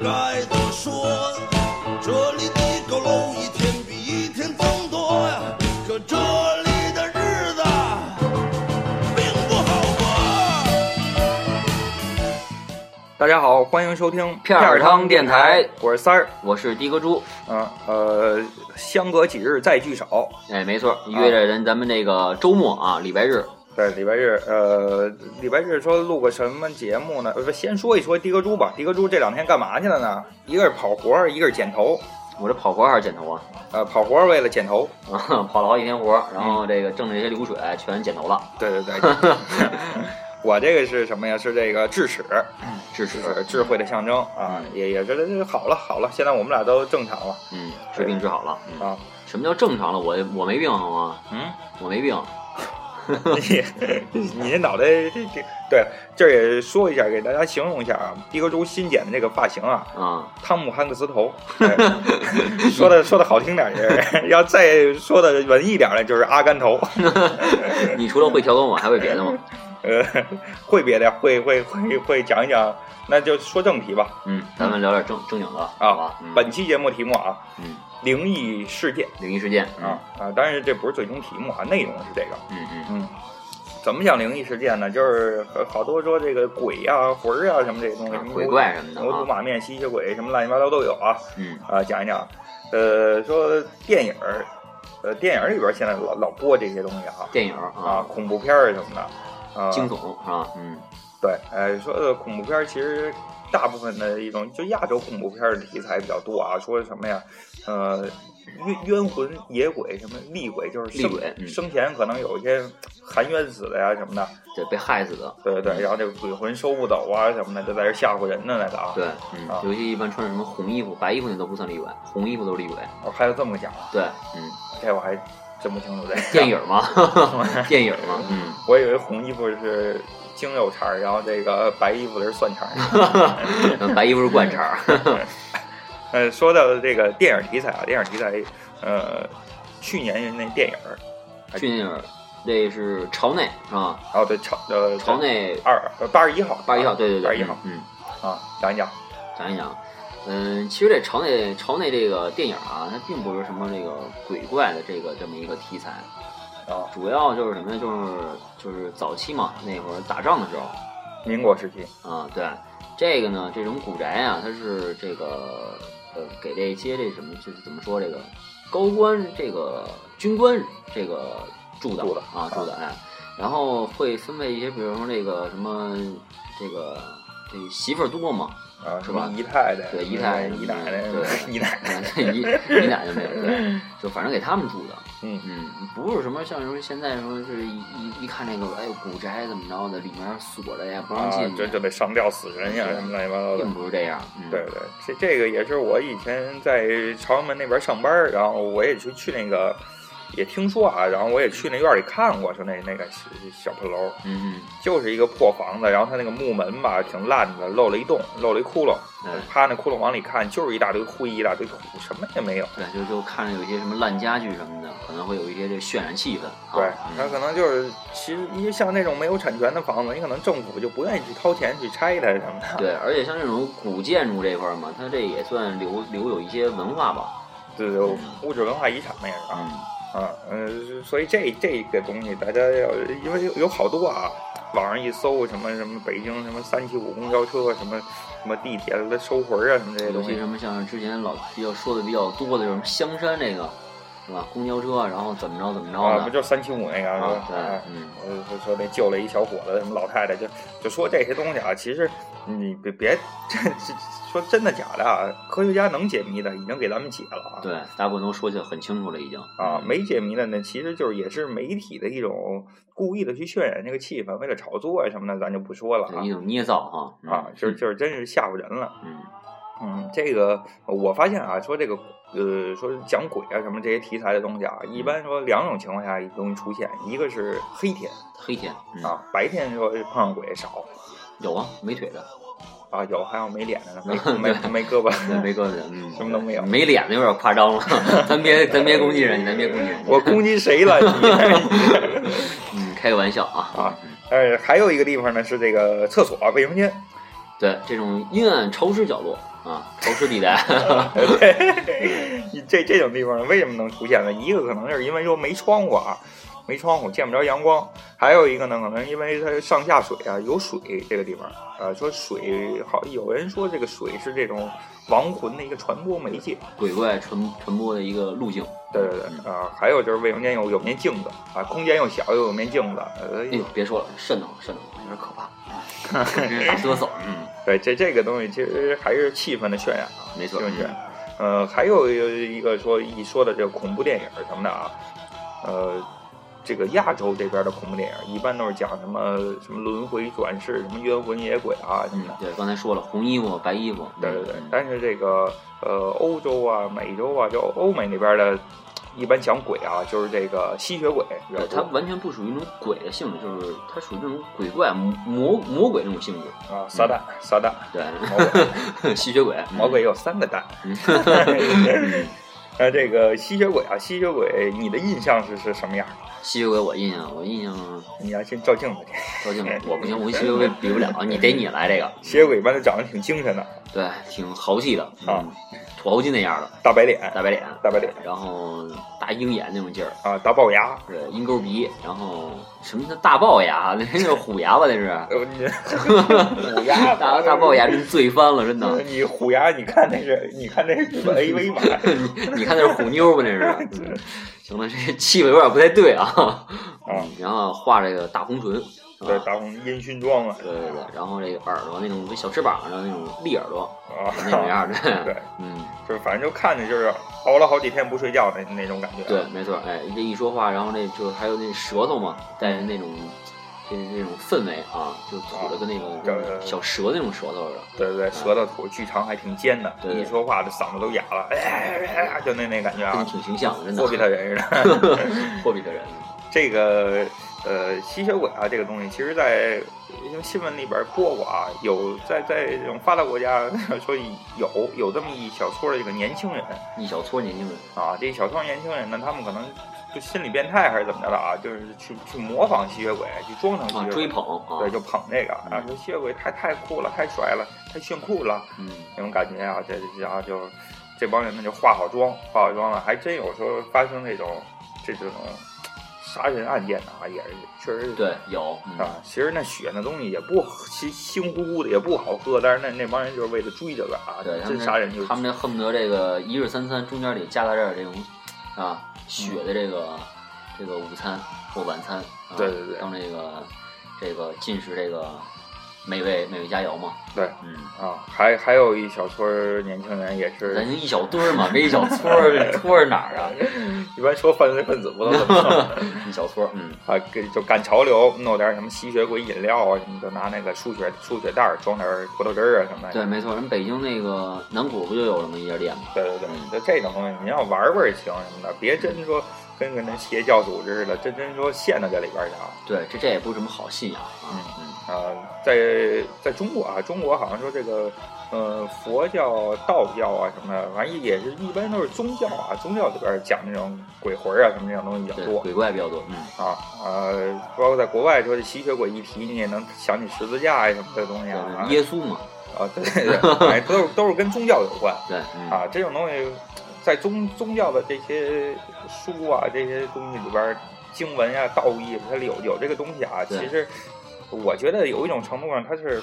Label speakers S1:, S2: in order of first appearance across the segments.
S1: 来的说，这里的佝偻一天比一天增多呀，可这里的日子并不好过。
S2: 大家好，欢迎收听
S3: 片儿汤电台，
S2: 我是三儿。
S3: 我是的哥猪，
S2: 啊，呃，相隔几日再聚首，
S3: 哎，没
S2: 啊
S3: 错，约着人咱们这个周末啊，礼拜日，
S2: 对，礼拜日，呃，礼拜日说录个什么节目呢？呃不，先说一说的哥猪吧。的哥猪这两天干嘛去了呢？一个是跑活儿，一个是剪头。
S3: 我这跑活还是剪头啊？
S2: 呃，跑活儿为了剪头，
S3: 啊，跑了好几天活，
S2: 嗯
S3: 然后这个挣这些流水全剪头了，
S2: 对对对。 我这个是什么呀？是这个智齿，
S3: 支
S2: 智
S3: 持，
S2: 齿智慧的象征啊，
S3: 嗯
S2: 也也是好了好了，现在我们俩都正常了
S3: 嗯，治病治好了，嗯，
S2: 啊，
S3: 什么叫正常了？我我没病好吗？
S2: 嗯。
S3: 我没病，
S2: 你 你这脑袋这这对，这儿也说一下，给大家形容一下啊，迪克猪新剪的这个发型啊，
S3: 啊，
S2: 汤姆汉克斯头，对说 的说的好听点儿就是， 要再说的文艺点儿呢，就是阿甘头，
S3: 你除了会调跟我还会别的 吗？
S2: 呃，会别的会会会会讲一讲，那就说正题吧。
S3: 嗯，咱们聊点正正经的，好
S2: 啊
S3: 吧？嗯，
S2: 本期节目题目啊，
S3: 嗯，
S2: 灵异事件
S3: 灵异事件，
S2: 啊啊，当然这不是最终题目啊，内容是这个，
S3: 嗯嗯
S2: 嗯。怎么讲灵异事件呢？就是好好多说这个鬼呀、魂儿啊什么这些东西，
S3: 嗯，
S2: 什
S3: 啊
S2: 么
S3: 鬼怪什么
S2: 牛犊
S3: 的啊，
S2: 马面、吸血鬼什么乱七八糟都有啊
S3: 嗯
S2: 啊，讲一讲。呃，说电影儿，呃，电影儿里边儿现在老老播这些东西哈
S3: 电影
S2: 啊，
S3: 啊，
S2: 恐怖片儿什么的啊，
S3: 惊悚是吧？嗯
S2: 对，呃，说的恐怖片儿其实大部分的一种就亚洲恐怖片儿的题材比较多啊，说什么呀，呃。冤冤魂、野鬼什么厉鬼，就是生
S3: 厉鬼嗯
S2: 生前可能有一些含冤死的呀什么的，
S3: 对，被害死的，
S2: 对对对，然后这个鬼魂收不走啊什么的，就在这吓唬人的那个啊，
S3: 对，嗯
S2: 啊，
S3: 尤其一般穿着什么红衣服、白衣服那都不算厉鬼，红衣服都是厉鬼。
S2: 我还有这么个讲啊，
S3: 对，嗯，
S2: 这我还真不清楚这个
S3: 电影 嘛，电影嘛，嗯，
S2: 我以为红衣服是精肉肠儿，然后这个白衣服的是蒜肠儿。嗯
S3: 白衣服是灌肠，
S2: 呃，说到这个电影题材啊，电影题材，呃，去年那电影儿，
S3: 去电影，这是朝内是吧？
S2: 然后对朝呃
S3: 朝内
S2: 二呃八十一号，
S3: 八十一号，对对对，
S2: 八十一号
S3: 嗯，
S2: 啊，讲一讲，
S3: 嗯讲一讲。嗯，其实这朝内朝内这个电影啊，它并不是什么这个鬼怪的这个这么一个题材，
S2: 啊，
S3: 主要就是什么呢？就是就是早期嘛，那会儿打仗的时候，
S2: 民国时期，
S3: 啊，对，这个呢，这种古宅啊，它是这个呃，给这些这什么，就是怎么说这个高官、这个军官这个住的
S2: 住的
S3: 啊，住的哎，然后会分配一些，比如说这个什么这个这媳妇儿多嘛，
S2: 啊，
S3: 是吧
S2: 什么姨太的，
S3: 对姨太
S2: 姨奶奶，
S3: 对
S2: 姨奶奶，
S3: 你你奶奶没有，对，就反正给他们住的，
S2: 嗯
S3: 嗯，不是什么像说现在说是一一一看这个哎古宅怎么着的，里面锁着呀，不让
S2: 啊
S3: 进，去，
S2: 这就得上吊死人呀，什么乱七八糟的
S3: 并。不是这样，嗯，
S2: 对对，这这个也是我以前在朝阳门那边上班儿，然后我也去去那个，也听说啊，然后我也去那院儿里看过，说那那个小小破楼
S3: 嗯嗯。
S2: 就是一个破房子，然后它那个木门吧挺烂的，漏了一洞，漏了一窟窿，
S3: 嗯
S2: 趴那窟窿往里看，就是一大堆灰，一大堆土，什么也没有。
S3: 对，就就看着有一些什么烂家具什么的，可能会有一些这渲染气氛。
S2: 对
S3: 啊，
S2: 它可能就是，其实因为像那种没有产权的房子，你可能政府就不愿意去掏钱去拆它什么的。
S3: 对，而且像这种古建筑这块儿嘛，它这也算留留有一些文化吧。
S2: 对对，物质文化遗产嘛也是啊。
S3: 嗯，
S2: 啊，嗯，所以这这个东西大家要，因为有有好多啊，网上一搜什么什么北京什么三七五公交车，什么什么地铁的收魂啊，什么这些
S3: 尤
S2: 东
S3: 其
S2: 西
S3: 什么像之前老比较说的比较多的，就是什么香山这个，是吧？公交车，然后怎么着怎么
S2: 啊，
S3: 着
S2: 不
S3: 的。
S2: 就三七五那个
S3: 啊，
S2: 说
S3: 对
S2: 哎，
S3: 嗯，
S2: 我就说那救了一小伙子，什么老太太，就就说这些东西啊，其实你别别这这 说真的假的啊，科学家能解谜的已经给咱们解了啊，
S3: 对，大部分都说起来很清楚了，已经。
S2: 啊，没解谜的呢，其实就是也是媒体的一种故意的去渲染这个气氛，为了炒作啊什么的，咱就不说了啊
S3: 对，一。种捏造哈。嗯
S2: 啊，就是就是真是吓唬人了。
S3: 嗯，
S2: 嗯，这个我发现啊，说这个呃，说讲鬼啊什么这些题材的东西啊，一般说两种情况下容易出现，一个是黑天
S3: 黑天嗯
S2: 啊，白天说碰上鬼少
S3: 有啊，没腿的，
S2: 啊，有还有没脸的呢， 没没没胳膊。
S3: 对，没胳膊的，嗯，
S2: 什么都没有
S3: 没脸的有点 夸张了，咱别咱别攻击人，咱别攻击人。
S2: 我攻击谁了你？ 哎
S3: 嗯，开个玩笑啊
S2: 啊呃，还有一个地方呢是这个厕所卫生间，
S3: 对这种阴暗潮湿角落啊，潮湿地带，
S2: 这这种地方为什么能出现呢？一个可能是因为说没窗户啊，没窗户见不着阳光；还有一个呢，可能因为它上下水啊，有水这个地方啊，说水好，有人说这个水是这种亡魂的一个传播媒介。
S3: 鬼怪传传播的一个路径。
S2: 对对对啊、还有就是卫生间有有面镜子啊，空间又小又有面镜子，呃，
S3: 哎呦，别说了，瘆得慌，瘆得慌，有点可 怕，真是打哆嗦。嗯，
S2: 对，这这个东西其实还是气氛的渲染啊，
S3: 没错
S2: 气氛渲染。呃，还有一个说一说的这个恐怖电影什么的啊，呃，这个亚洲这边的恐怖电影一般都是讲什么什么轮回转世、什么冤魂野鬼啊什么
S3: 嗯
S2: 的。，
S3: 对，刚才说了，红衣服、白衣服，
S2: 对对对
S3: 嗯，
S2: 但是这个呃，欧洲啊、美洲啊，就欧美那边的，一般讲鬼啊，就是这个吸血鬼比较
S3: 对，它
S2: 多
S3: 完全不属于那种鬼的性质，就是它属于那种鬼怪、魔魔鬼那种性质。
S2: 啊，撒旦、撒旦、
S3: 对，
S2: 魔鬼。
S3: 吸血鬼，
S2: 毛鬼有三个蛋
S3: 嗯。
S2: 那这个吸血鬼啊，吸血鬼，你的印象是是什么样的？
S3: 吸血鬼，我印象，我印象
S2: 你要先照镜子去。
S3: 照镜
S2: 哎
S3: 子，我不行，我跟吸血鬼比不了，啊你得你来这个。
S2: 吸血鬼一般都长得挺精神的，
S3: 对，挺豪气的，
S2: 啊
S3: 嗯，土豪金那样的，
S2: 大白脸，
S3: 大白脸，
S2: 大白脸
S3: 然后大鹰眼那种劲儿，
S2: 啊，大龅牙。
S3: 是鹰钩鼻，然后什么叫大龅牙？啊那是虎牙吧？那是
S2: 呃， 你虎牙，呃
S3: 大大龅牙，真醉翻了，真的。
S2: 你虎牙，你看那是，你看那是 A V 版，
S3: 你看那是虎妞吧？那是。 嗯行了，这气味有点不太对啊。嗯，然后画这个大红唇，是
S2: 对，
S3: 吧？
S2: 大红烟熏妆啊，
S3: 对对对，然后这个耳朵那种跟小翅膀似的那种立耳朵那种
S2: 啊，
S3: 样儿，对
S2: 对，
S3: 嗯，
S2: 就是反正就看着就是熬了好几天不睡觉那那种感觉。啊
S3: 对，，没错，哎，这一说话，然后那就还有那舌头嘛，带着那种这那种氛围啊，就吐的跟那个
S2: 对对对
S3: 小蛇那种舌头似的。
S2: 对对对，舌头吐，巨长还挺尖的，
S3: 对
S2: 一说话这嗓子都哑了，哎哎哎哎，就那那感觉
S3: 真的
S2: 啊，
S3: 挺形象的，真的。
S2: 货比特人似的。
S3: 人，货比特人，
S2: 这个呃，吸血鬼啊，这个东西，其实在呃因为新闻里边播过啊，有在在这种发达国家说有有这么一小撮的这个年轻人
S3: 一小撮年轻人，
S2: 啊，这一小撮年轻人呢，他们可能就心理变态还是怎么着的啊，就是去去模仿吸血鬼，去装成
S3: 啊，
S2: 吸
S3: 追
S2: 血鬼。
S3: 捧啊，
S2: 对，就捧这个啊，
S3: 嗯
S2: 说吸血鬼太太酷了，太帅了，太炫酷了，
S3: 嗯，
S2: 那种感觉啊，这这啊就这帮人呢就化好妆，化好妆了，还真有时候发生这种这种杀人案件呢啊，也是确实是
S3: 对，有，嗯
S2: 啊。其实那血那东西也不腥腥乎乎的，也不好喝，但是那那帮人就是为了追这个啊，
S3: 对，他
S2: 真
S3: 们
S2: 杀人就
S3: 这他们这恨不得这个一日三餐中间得夹杂点这种啊血
S2: 嗯
S3: 的这个这个午餐或晚餐，啊
S2: 对对对
S3: 当这个这个进食这个美味美味佳肴嘛，
S2: 对
S3: 嗯。
S2: 啊，还还有一小撮儿年轻人也
S3: 咱
S2: 是，
S3: 就一小堆儿嘛，没一小撮儿， 撮儿哪儿啊？
S2: 一般说犯罪分子不都这么说
S3: 一小撮儿，嗯，
S2: 啊，给就赶潮流，弄点什么吸血鬼饮料啊什么的，拿那个输血输血袋儿装点儿葡萄汁儿啊什么的，
S3: 对，没错，人北京那个南鼓不就有这么一家店吗？
S2: 对对对，就这种东西，你要玩玩行什么的，别真说跟个那邪教组织似的，真真说陷到这里边儿去啊。
S3: 对，这这也不是什么好信仰啊，嗯，
S2: 啊、在在中国啊，中国好像说这个，呃，佛教、道教啊什么的，反正也是一般都是宗教啊，宗教里边儿讲这种鬼魂啊什么这种东西比较
S3: 对，
S2: 多
S3: 鬼怪比较多，嗯，
S2: 啊。呃，包括在国外说这吸血鬼一提，你也能想起十字架呀什么的东西啊。
S3: 对耶稣嘛，
S2: 啊，对对对，反正都是都是跟宗教有关。
S3: 对，嗯，
S2: 啊，这种东西在宗宗教的这些书啊，这些东西里边儿，经文呀、道义，它里有有这个东西啊。
S3: 对
S2: 其实我觉得有一种程度上，它是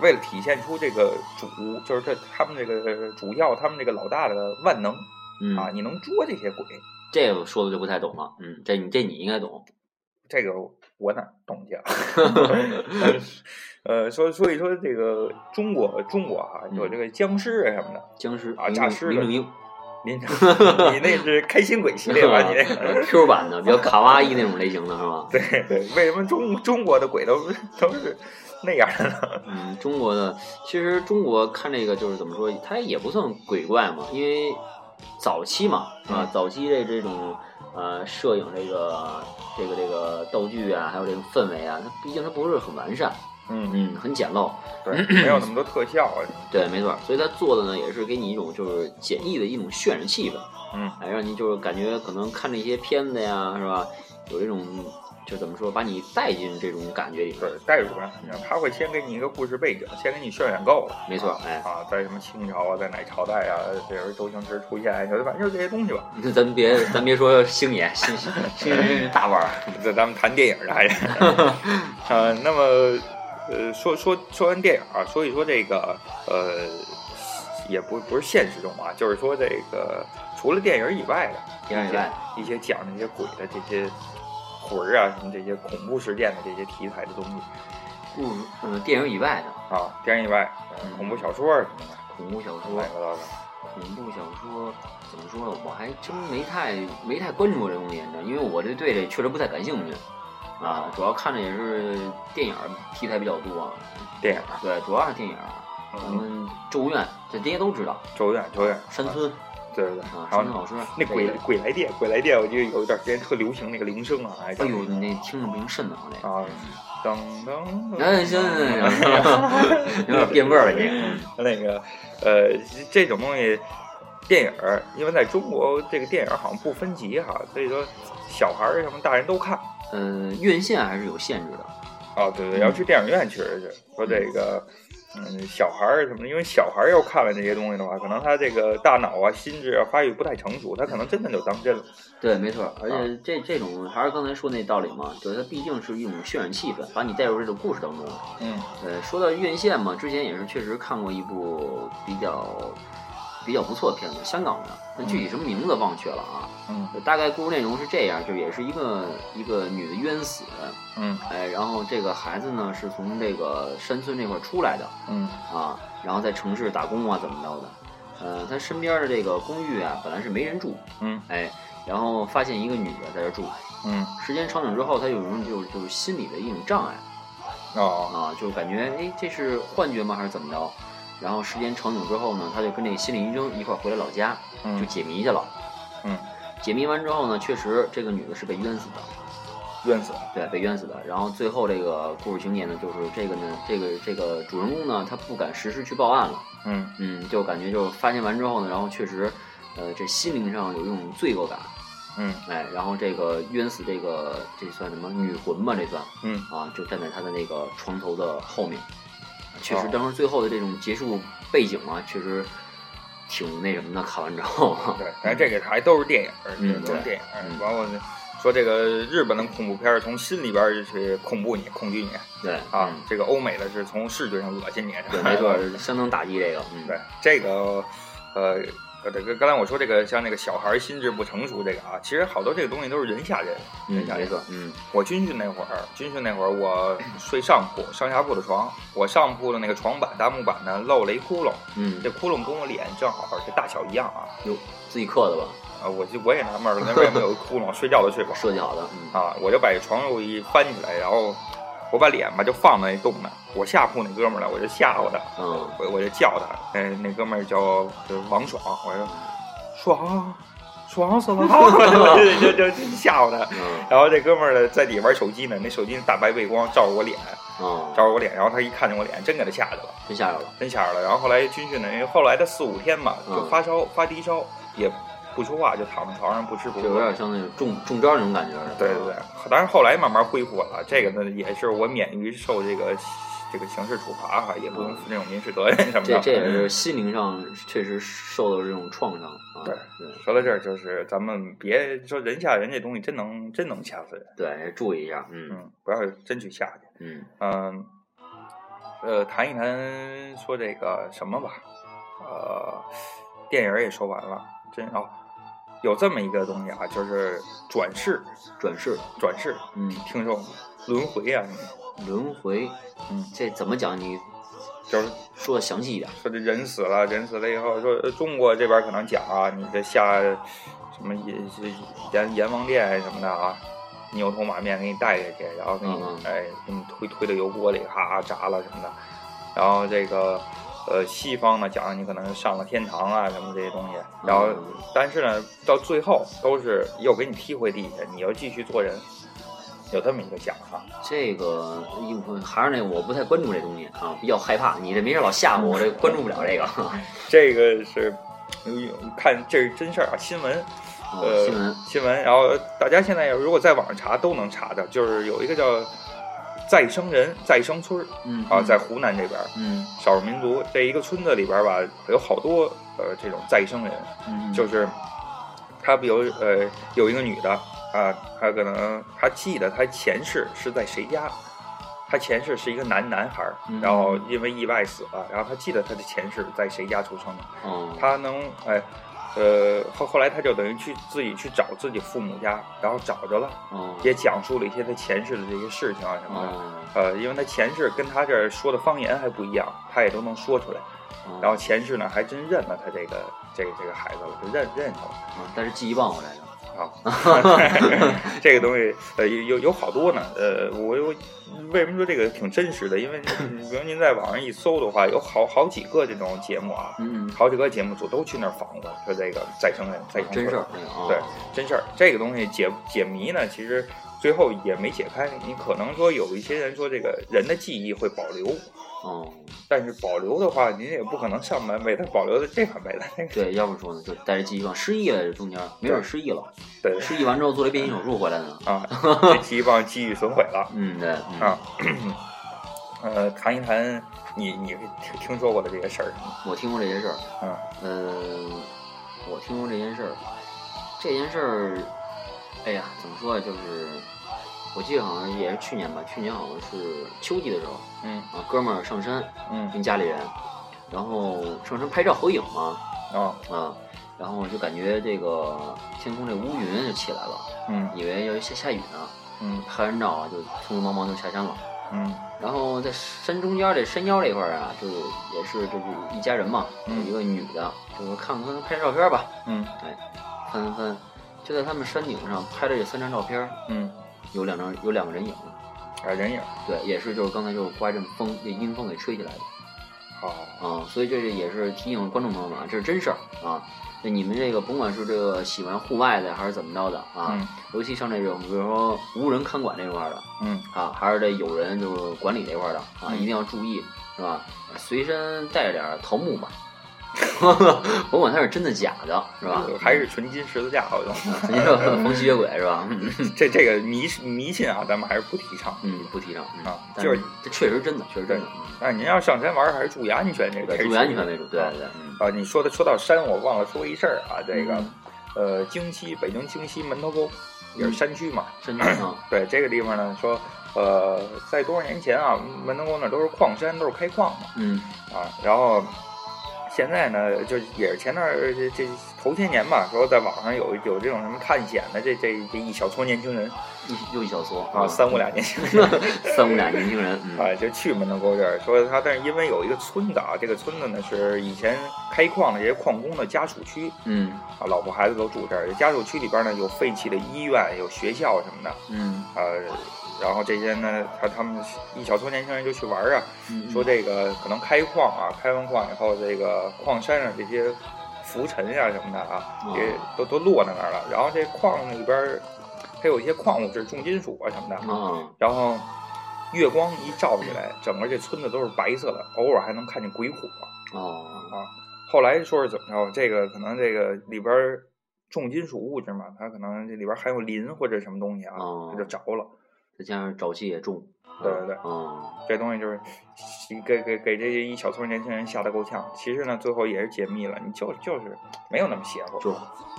S2: 为了体现出这个主，就是这他们这个主教，他们这个老大的万能啊，
S3: 嗯，
S2: 你能捉这些鬼，
S3: 这个说的就不太懂了，嗯，这你这你应该懂，
S2: 这个我哪懂去啊？ 呃，所以所以说这个中国中国啊，有这个僵尸啊什么的，
S3: 僵尸
S2: 啊
S3: 林
S2: 诈尸的
S3: 林正英
S2: 你 你那是开心鬼系列 吧？你那个。
S3: Q 版的，比较卡哇伊那种类型的是吧？
S2: 对对，为什么中中国的鬼都都是那样的呢？
S3: 嗯，中国的其实中国看这个就是怎么说，它也不算鬼怪嘛，因为早期嘛，啊，
S2: 嗯
S3: 早期的这种呃摄影这个这个这个道具啊，还有这种氛围啊，它毕竟它不是很完善，
S2: 嗯，
S3: 嗯，很简陋，
S2: 对，没有那么多特效啊。
S3: 对，没错，所以它做的呢也是给你一种就是简易的一种渲染气氛，
S2: 嗯，
S3: 哎，让你就是感觉可能看这些片子呀，是吧？有这种就怎么说，把你带进这种感觉里边
S2: 对
S3: 儿。，
S2: 代入感，他会先给你一个故事背景，先给你渲染够了。
S3: 没错
S2: 啊
S3: 哎
S2: 啊，在什么清朝啊，在哪朝代啊，比如周星驰出现，就反正就这些东西吧。
S3: 咱别咱别说星爷，星星 星爷真是大 腕儿。
S2: 这咱们谈电影的还 是啊，那么呃，说说说完电影啊，说一说这个呃，也不不是现实中啊，就是说这个除了电影以外的
S3: 电影以外
S2: 一些讲那些鬼的这些魂儿啊，什么这些恐怖事件的这些题材的东西
S3: 不，嗯，电影以外的
S2: 啊，电影以外，
S3: 嗯
S2: 恐怖小说啊什么的，
S3: 恐怖小说
S2: 乱七、八糟的。
S3: 恐怖小说，怎么说呢？我还真没太没太关注这东西，你知道，因为我这对这确实不太感兴趣。啊，主要看的也是电影儿题材比较多，
S2: 电影，啊
S3: 对，主要是电影儿。咱
S2: 嗯，
S3: 们咒怨，这这些都知道，
S2: 周远，周远，
S3: 山村
S2: 对对对，
S3: 啊，
S2: 还
S3: 山
S2: 有
S3: 村老师
S2: 那鬼
S3: 这个
S2: 鬼来电，鬼来电，我记得有一段时间特流行那个铃声啊，哎
S3: 哎呦，你那听着不行瘆得慌，这
S2: 啊，噔噔，
S3: 个。哎，行行行行，有点变味儿了，你。
S2: 那个呃，这种东西，电影儿，因为在中国这个电影儿好像不分级哈，所以说小孩儿什么大人都看。
S3: 呃，院线还是有限制的，
S2: 啊，对对，要去电影院确实是说这个，嗯，小孩儿什么的，因为小孩儿要看了这些东西的话，可能他这个大脑啊、心智啊发育不太成熟，他可能真的就当真了。
S3: 对，没错，而且这这种还是刚才说那道理嘛，就是它毕竟是一种渲染气氛，把你带入这种故事当中。
S2: 嗯，
S3: 呃，说到院线嘛，之前也是确实看过一部比较比较不错的片子，香港的，但具体什么名字忘却了啊。
S2: 嗯
S3: 大概故事内容是这样，就也是一个一个女的冤死，
S2: 嗯
S3: 哎，然后这个孩子呢是从这个山村这块儿出来的，
S2: 嗯
S3: 啊，然后在城市打工啊，怎么着的。呃，他身边的这个公寓啊，本来是没人住，
S2: 嗯
S3: 哎，然后发现一个女的在这住，
S2: 嗯，
S3: 时间长久之后，他有一种就是就是心理的一种障碍
S2: 哦，
S3: 啊，就感觉哎这是幻觉吗还是怎么着？然后时间长久之后呢，他就跟这个心理医生一块儿回了老家，就
S2: 嗯
S3: 解谜去了。
S2: 嗯，
S3: 解谜完之后呢，确实这个女的是被冤死的，
S2: 冤死了。
S3: 对，被冤死的。然后最后这个故事情节呢，就是这个呢，这个这个主人公呢，他不敢实施去报案了。
S2: 嗯
S3: 嗯，就感觉就是发现完之后呢，然后确实，呃，这心灵上有一种罪恶感，
S2: 嗯
S3: 哎，然后这个冤死这个这算什么女魂吧？这算
S2: 嗯
S3: 啊，就站在他的那个床头的后面。确实，当时最后的这种结束背景啊，确实挺那什么的。看完之后，
S2: 对，反正这个还都是电影儿，
S3: 嗯
S2: 这都是
S3: 对
S2: 电影儿
S3: 嗯，
S2: 包括说这个日本的恐怖片儿从心里边儿去恐怖你、恐惧你
S3: 对
S2: 啊
S3: 嗯，
S2: 这个欧美的是从视觉上恶心你，
S3: 对，没错，相当打击这个，嗯，
S2: 对，这个，呃，呃，这个刚才我说这个，像那个小孩儿心智不成熟这个啊，其实好多这个东西都是人吓人。
S3: 嗯，
S2: 人吓
S3: 没
S2: 人。
S3: 错，嗯，
S2: 我军训那会儿，军训那会儿我睡上铺，上下铺的床，我上铺的那个床板大木板呢漏了一窟窿，
S3: 嗯，
S2: 这窟窿跟我脸正好这大小一样啊，
S3: 哟，自己刻的吧，
S2: 啊，我就我也纳闷儿了，那为什么有一窟窿， 睡觉都睡不好
S3: 设计好的，嗯，
S2: 啊？我就把这床褥一翻起来，然后我把脸吧就放在那洞那儿，我下铺那哥们儿呢，我就吓唬他，
S3: 嗯，
S2: 我我就叫他，哎，那哥们儿叫就是王爽，我说爽，爽死了，我就就就吓唬他。
S3: 嗯，
S2: 然后这哥们儿呢，在里玩手机呢，那手机大白背光照着我脸，
S3: 嗯，
S2: 照着我脸，然后他一看见我脸，真给他吓着了，
S3: 真吓着了，
S2: 真吓着了。然后后来军训呢，因为后来他四五天吧，
S3: 嗯
S2: 就发烧发低烧，也不说话，就躺在床上不吃不
S3: 就
S2: 喝。
S3: 有点像那种中中招那种感觉似的，
S2: 对对对，但是后来慢慢恢复了，这个呢也是我免于受这个这个刑事处罚哈，也不用负那种民事责任什么的。
S3: 嗯这这也是心灵上确实受到这种创伤啊。
S2: 对
S3: 对
S2: 说到这儿，就是咱们别说人吓人这东西，真能真能吓死人。
S3: 对，注意一下，嗯
S2: 嗯，不要真去吓去。
S3: 嗯，
S2: 嗯，呃，谈一谈说这个什么吧。呃，电影儿也说完了，真哦，有这么一个东西啊，就是转世，
S3: 转世，
S2: 转世，
S3: 嗯，
S2: 听说过吗？轮回啊，什么的
S3: 轮回，
S2: 嗯，
S3: 这怎么讲？你
S2: 就是
S3: 说的详细一点。
S2: 说这人死了，人死了以后，说呃中国这边可能讲啊，你这下什么阎阎阎王殿什么的啊，牛头马面给你带下去，然后给你、
S3: 嗯嗯
S2: 哎给你推推到油锅里，哈炸了什么的。然后这个呃西方呢讲你可能上了天堂啊什么这些东西，然后
S3: 嗯
S2: 但是呢到最后都是又给你踢回地下，你又继续做人，有这么一个讲哈、
S3: 这个因为还是那个，我不太关注这东西啊，比较害怕。你这没事老吓唬我，我这
S2: 嗯
S3: 关注不了这个。
S2: 这个是有有看这是真事儿啊，新闻
S3: 哦
S2: 呃
S3: 新闻
S2: 新闻，然后大家现在如果在网上查都能查到，就是有一个叫再生人再生村儿
S3: 嗯
S2: 啊，在湖南这边儿
S3: 嗯
S2: 少数民族这一个村子里边儿吧，有好多呃这种再生人，
S3: 嗯
S2: 就是他比如呃有一个女的啊，她可能她记得她前世是在谁家，她前世是一个男男孩儿，
S3: 嗯
S2: 然后因为意外死了，然后她记得她的前世在谁家出生的，
S3: 哦
S2: 她能哎。呃，后后来她就等于去自己去找自己父母家，然后找着了，
S3: 哦
S2: 也讲述了一些她前世的这些事情啊什么的。
S3: 哦
S2: 呃，因为她前世跟她这儿说的方言还不一样，她也都能说出来。
S3: 哦
S2: 然后前世呢，还真认了她这个这个这个孩子了，就认认他了。
S3: 啊但是记忆棒回来的
S2: 啊，这个东西呃有有有好多呢，呃，我我为什么说这个挺真实的？因为比如您在网上一搜的话，有好好几个这种节目啊，
S3: 嗯嗯
S2: 好几个节目组都去那儿访过，说这个再生人再生
S3: 真
S2: 人
S3: 事儿那个啊
S2: 哎对真事儿，这个东西解解谜呢，其实最后也没解开。你可能说有一些人说这个人的记忆会保留，
S3: 哦
S2: 但是保留的话，您也不可能上半辈子保留的这半辈子那个。
S3: 对，要不说呢，就带着记忆棒失忆了，这中间没准失忆了，
S2: 对
S3: 失忆完之后做了变性手术回来呢。
S2: 啊， 这记忆棒记忆损毁了。
S3: 嗯，对，嗯
S2: 啊，呃，谈一谈你你听听说过的这些事儿，
S3: 我听过这件事儿，
S2: 嗯，
S3: 呃，我听过这件事儿，这件事儿，哎呀，怎么说啊？就是我记得好像也是去年吧，去年好像是秋季的时候，
S2: 嗯
S3: 啊，哥们儿上山
S2: 嗯
S3: 跟家里人，然后上山拍照合影嘛，
S2: 啊
S3: 啊，然后就感觉这个天空这乌云就起来了，
S2: 嗯
S3: 以为要下下雨呢，
S2: 嗯
S3: 拍完照啊就匆匆忙忙就下山了。
S2: 嗯
S3: 然后在山中间这山腰这块儿啊，就是也是就是一家人嘛，有
S2: 嗯
S3: 一个女的，就是看看拍照片吧，哎
S2: 嗯
S3: 翻翻翻，就在他们山顶上拍了这三张照片，
S2: 嗯，
S3: 有两张有两个人影，
S2: 啊人影，
S3: 对，也是就是刚才就是刮阵风，这阴风给吹起来的
S2: 好，
S3: 啊，所以这是也是提醒观众朋友们啊，这是真事儿啊。那你们这个甭管是这个喜欢户外的还是怎么着的啊，
S2: 嗯
S3: 尤其像这种比如说无人看管这块儿的，
S2: 嗯
S3: 啊，还是得有人就是管理这块儿的啊，
S2: 嗯
S3: 一定要注意，是吧？随身带点儿桃木吧， 甭管它是真的假的，是吧？
S2: 还 是纯金十字架 好像，
S3: 肯定是逢吸血鬼，是吧？
S2: 这这个迷迷信啊，咱们还是不提倡。
S3: 嗯，不提倡嗯
S2: 啊
S3: 但
S2: 就是嗯
S3: 是这确实真的，确实真的，
S2: 那您要上山玩儿，还是注意安全，这
S3: 嗯
S2: 个
S3: 对，注意安全为主，对对，嗯
S2: 啊。你说的说到山，我忘了说一事儿啊，这个
S3: 嗯
S2: 呃，京西北京京西门头沟也是山区嘛，
S3: 真 的啊，
S2: 对这个地方呢，说呃，在多少年前啊，门头沟那都是矿山，都是开矿嘛。
S3: 嗯
S2: 啊，然后现在呢，就也是前段儿这这头些年吧，说在网上有有这种什么探险的这这这一小撮年轻人
S3: 一又一小撮
S2: 啊，三五俩年轻人
S3: 三五俩年轻人，嗯
S2: 啊， 就去门头沟这儿，说他但是因为有一个村子啊，这个村子呢是以前开矿的这些矿工的家属区
S3: 嗯
S2: 啊，老婆孩子都住这儿，家属区里边呢有废弃的医院、有学校什么的
S3: 嗯
S2: 啊。然后这些呢，他他们一小撮年轻人就去玩儿啊，
S3: 嗯，
S2: 说这个可能开矿啊，开完矿以后，这个矿山上这些浮尘呀、什么的啊，
S3: 哦
S2: 也都都落在那儿了。然后这矿里边儿它有一些矿物质，重金属啊什么的。
S3: 啊，
S2: 然后月光一照起来，整个这村子都是白色的，偶尔还能看见鬼火。
S3: 哦，
S2: 后来说是怎么着，这个可能这个里边儿重金属物质嘛，它可能这里边儿含有磷或者什么东西啊，
S3: 哦
S2: 它就着了。
S3: 再加上沼气也重，
S2: 对对对
S3: 啊，
S2: 这东西就是给给给这一小撮年轻人吓得够呛。其实呢，最后也是解密了，你就就是没有那么邪乎，
S3: 就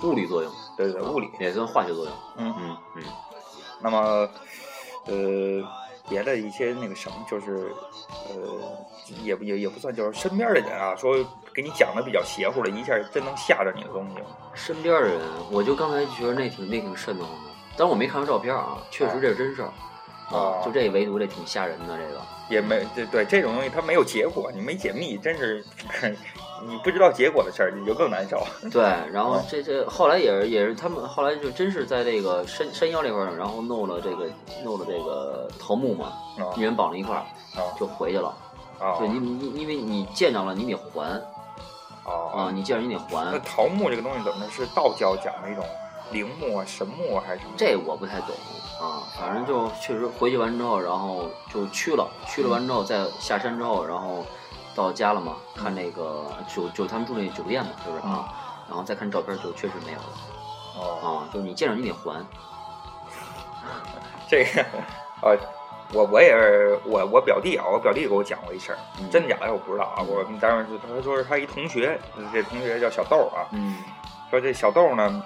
S3: 物理作用。
S2: 对对对，物理。
S3: 也算化学作用。
S2: 嗯
S3: 嗯嗯，
S2: 那么，呃，别的一些那个什么，就是呃，也不也也不算，就是身边的人啊，说给你讲的比较邪乎的，一下真能吓着你的东西。
S3: 身边的人，我就刚才觉得那挺那挺瘆得慌的，但是我没看着照片啊，确实这是真事儿。
S2: 啊
S3: 就这唯独这挺吓人的这 个，
S2: 也没对对，这种东西它没有结果，你没解密，真是 你不知道结果的事儿，你就更难受。
S3: 对，然后
S2: 啊
S3: 这这后来也是也是他们后来就真是在这个山山腰这块儿，然后弄了这个弄了这个桃木嘛，
S2: 啊
S3: 一人绑了一块儿
S2: 啊
S3: 就回去了。
S2: 啊
S3: 对你你因为你见着了你得还
S2: 啊
S3: 啊，！你见着你得
S2: 那
S3: 还，
S2: 桃木这个东西怎么着是道教讲的一种陵墓啊、神木啊，还是什么？
S3: 这我不太懂啊，反正就确实回去完之后，然后就去了，去了完之后再下山之后，然后到家了嘛，看那个酒酒他们住那酒店嘛，就是啊，然后再看照片就确实没有了，
S2: 哦，
S3: 啊，就是你见着你得还。
S2: 这个， 呃，我我也是我我表弟啊，我表弟给我讲过一事儿，
S3: 嗯
S2: 真假的我不知道啊。我们当时就他说是他一同学，这同学叫小豆啊，
S3: 嗯
S2: 说这小豆呢，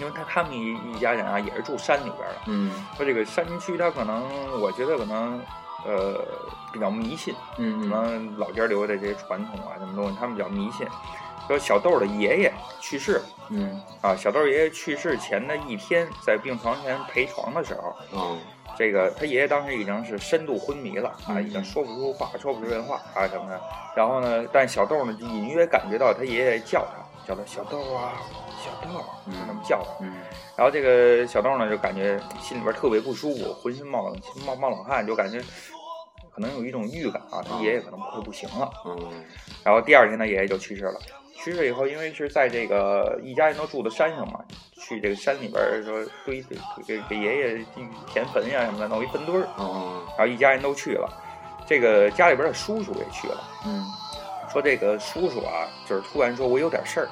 S2: 因为他他们一一家人啊也是住山里边儿的，
S3: 嗯
S2: 说这个山区他可能我觉得可能呃比较迷信，什
S3: 嗯嗯
S2: 么老家留下的这些传统啊什么东西，他们比较迷信。说小豆的爷爷去世
S3: 嗯
S2: 啊，小豆爷爷去世前的一天，在病床前陪床的时候，
S3: 哦
S2: 这个他爷爷当时已经是深度昏迷了啊，
S3: 嗯
S2: 已经说不出话，说不出人话啊什么的。然后呢，但小豆呢就隐约感觉到他爷爷叫他，叫他小豆啊，小豆，就那么叫他。
S3: 嗯
S2: 然后这个小豆呢就感觉心里边特别不舒服，浑身冒冷冒冒冷汗，就感觉可能有一种预感啊，他爷爷可能快不行了。
S3: 哦
S2: 然后第二天他爷爷就去世了。去世以后，因为是在这个一家人都住的山上嘛，去这个山里边儿说堆堆给给爷爷填坟呀什么的，弄一坟堆儿。
S3: 哦
S2: 然后一家人都去了，这个家里边的叔叔也去了，
S3: 嗯
S2: 说这个叔叔啊，就是突然说我有点事儿，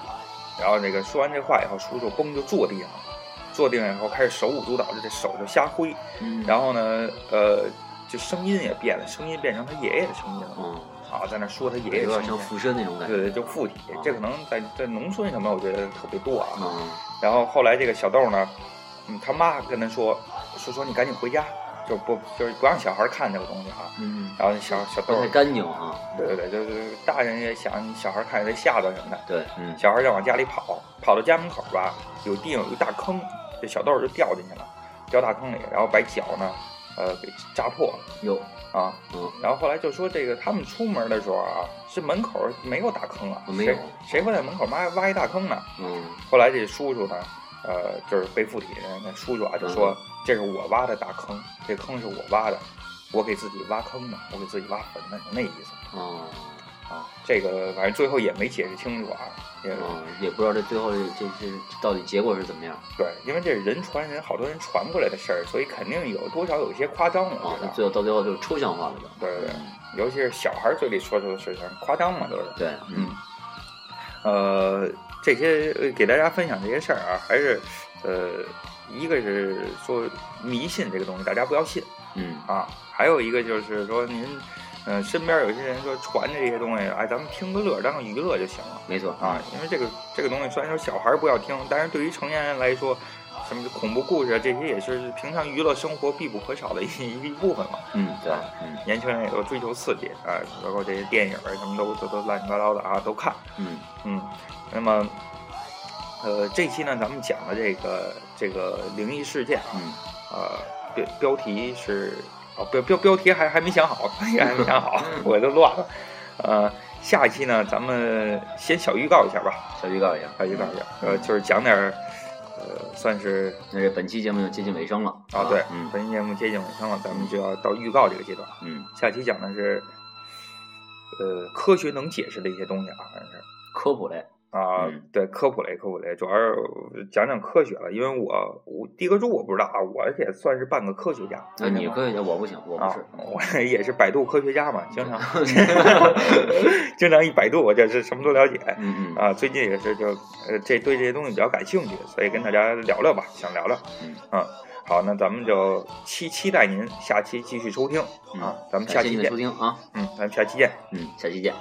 S2: 然后这个说完这话以后，叔叔嘣就坐地上了，坐地上以后开始手舞足蹈，就这手就瞎挥，
S3: 嗯，
S2: 然后呢，呃，就声音也变了，声音变成他爷爷的声音了，
S3: 哦，
S2: 啊，在那说他爷爷
S3: 有
S2: 的声
S3: 点像
S2: 音。
S3: 附身那种感
S2: 对
S3: 觉。
S2: 对，就附体，这可能在在农村什么，我觉得特别多啊。
S3: 啊
S2: 然后后来这个小豆呢，嗯，他妈跟他说，说说你赶紧回家，就不就是不让小孩看这个东西啊。
S3: 嗯，
S2: 然后那小小
S3: 不
S2: 豆，
S3: 太干净啊。
S2: 对对对，就是大人也想小孩看着得吓到什么的，
S3: 对，嗯
S2: 小孩要往家里跑，跑到家门口吧，有地上有一大坑，这小豆就掉进去了，掉大坑里，然后把脚呢，呃，给扎破了
S3: 有
S2: 啊。
S3: 嗯
S2: 然后后来就说这个他们出门的时候啊，是门口没有大坑啊，
S3: 哦没有
S2: 谁谁会在门口挖挖一大坑呢？
S3: 嗯
S2: 后来这叔叔呢，呃，就是被附体的那叔叔啊，就说、
S3: 嗯
S2: 这是我挖的大坑，这坑是我挖的，我给自己挖坑呢，我给自己挖坟呢，就那意思
S3: 哦
S2: 啊。这个反正最后也没解释清楚啊，也、
S3: 哦，也不知道这最后这这这到底结果是怎么样。
S2: 对，因为这是人传人，好多人传过来的事儿，所以肯定有多少有一些夸张，
S3: 啊嗯
S2: 我，
S3: 那
S2: 觉
S3: 最
S2: 得。
S3: 后到最后就是抽象化了就。
S2: 对对对，尤其是小孩儿嘴里说出的事情，夸张嘛都是。
S3: 对，
S2: 嗯，呃，这些呃给大家分享这些事儿啊，还是呃，一个是说迷信这个东西，大家不要信
S3: 嗯
S2: 啊；还有一个就是说您，呃，身边有些人说传的这些东西，哎，咱们听个乐，当个娱乐就行了
S3: 没错
S2: 啊。因为这个这个东西虽然说小孩儿不要听，但是对于成年人来说。什么恐怖故事啊，这些也是平常娱乐生活必不可少的一 一部分嘛。
S3: 嗯对嗯
S2: 年轻人也都追求刺激啊，包括这些电影儿什么都都都乱七八糟的啊，都看。
S3: 嗯
S2: 嗯，那么，呃，这期呢，咱们讲的这个这个灵异事件啊，
S3: 嗯
S2: 呃，标标题是哦，标标标题还还没想好，还没想好，我都乱了。呃，下一期呢，咱们先小预告一下吧，
S3: 小预告一下，
S2: 小预告一下，呃，就是讲点儿，呃，算是
S3: 那这本期节目就接近尾声了
S2: 啊，对，
S3: 嗯
S2: 本期节目接近尾声了，咱们就要到预告这个阶段。
S3: 嗯，
S2: 下期讲的是，呃，科学能解释的一些东西啊，反正是。
S3: 科普类，
S2: 啊
S3: 嗯，
S2: 对，科普类，科普类，主要是讲讲科学了，因为我我第一个柱我不知道啊，我也算是半个科学家，
S3: 那你科学家我不行，我不
S2: 啊
S3: 是，，
S2: 我也是百度科学家嘛， 经常经常一百度我就是什么都了解
S3: 嗯嗯
S2: 啊，最近也是就呃这对这些东西比较感兴趣，所以跟大家聊聊吧，想聊聊，
S3: 嗯
S2: 啊，好，那咱们就期期待您下期继续收听啊
S3: 嗯，
S2: 咱们下
S3: 感谢
S2: 期
S3: 您
S2: 见
S3: 的收，听啊，
S2: 嗯，咱们下期见。
S3: 嗯，下期见。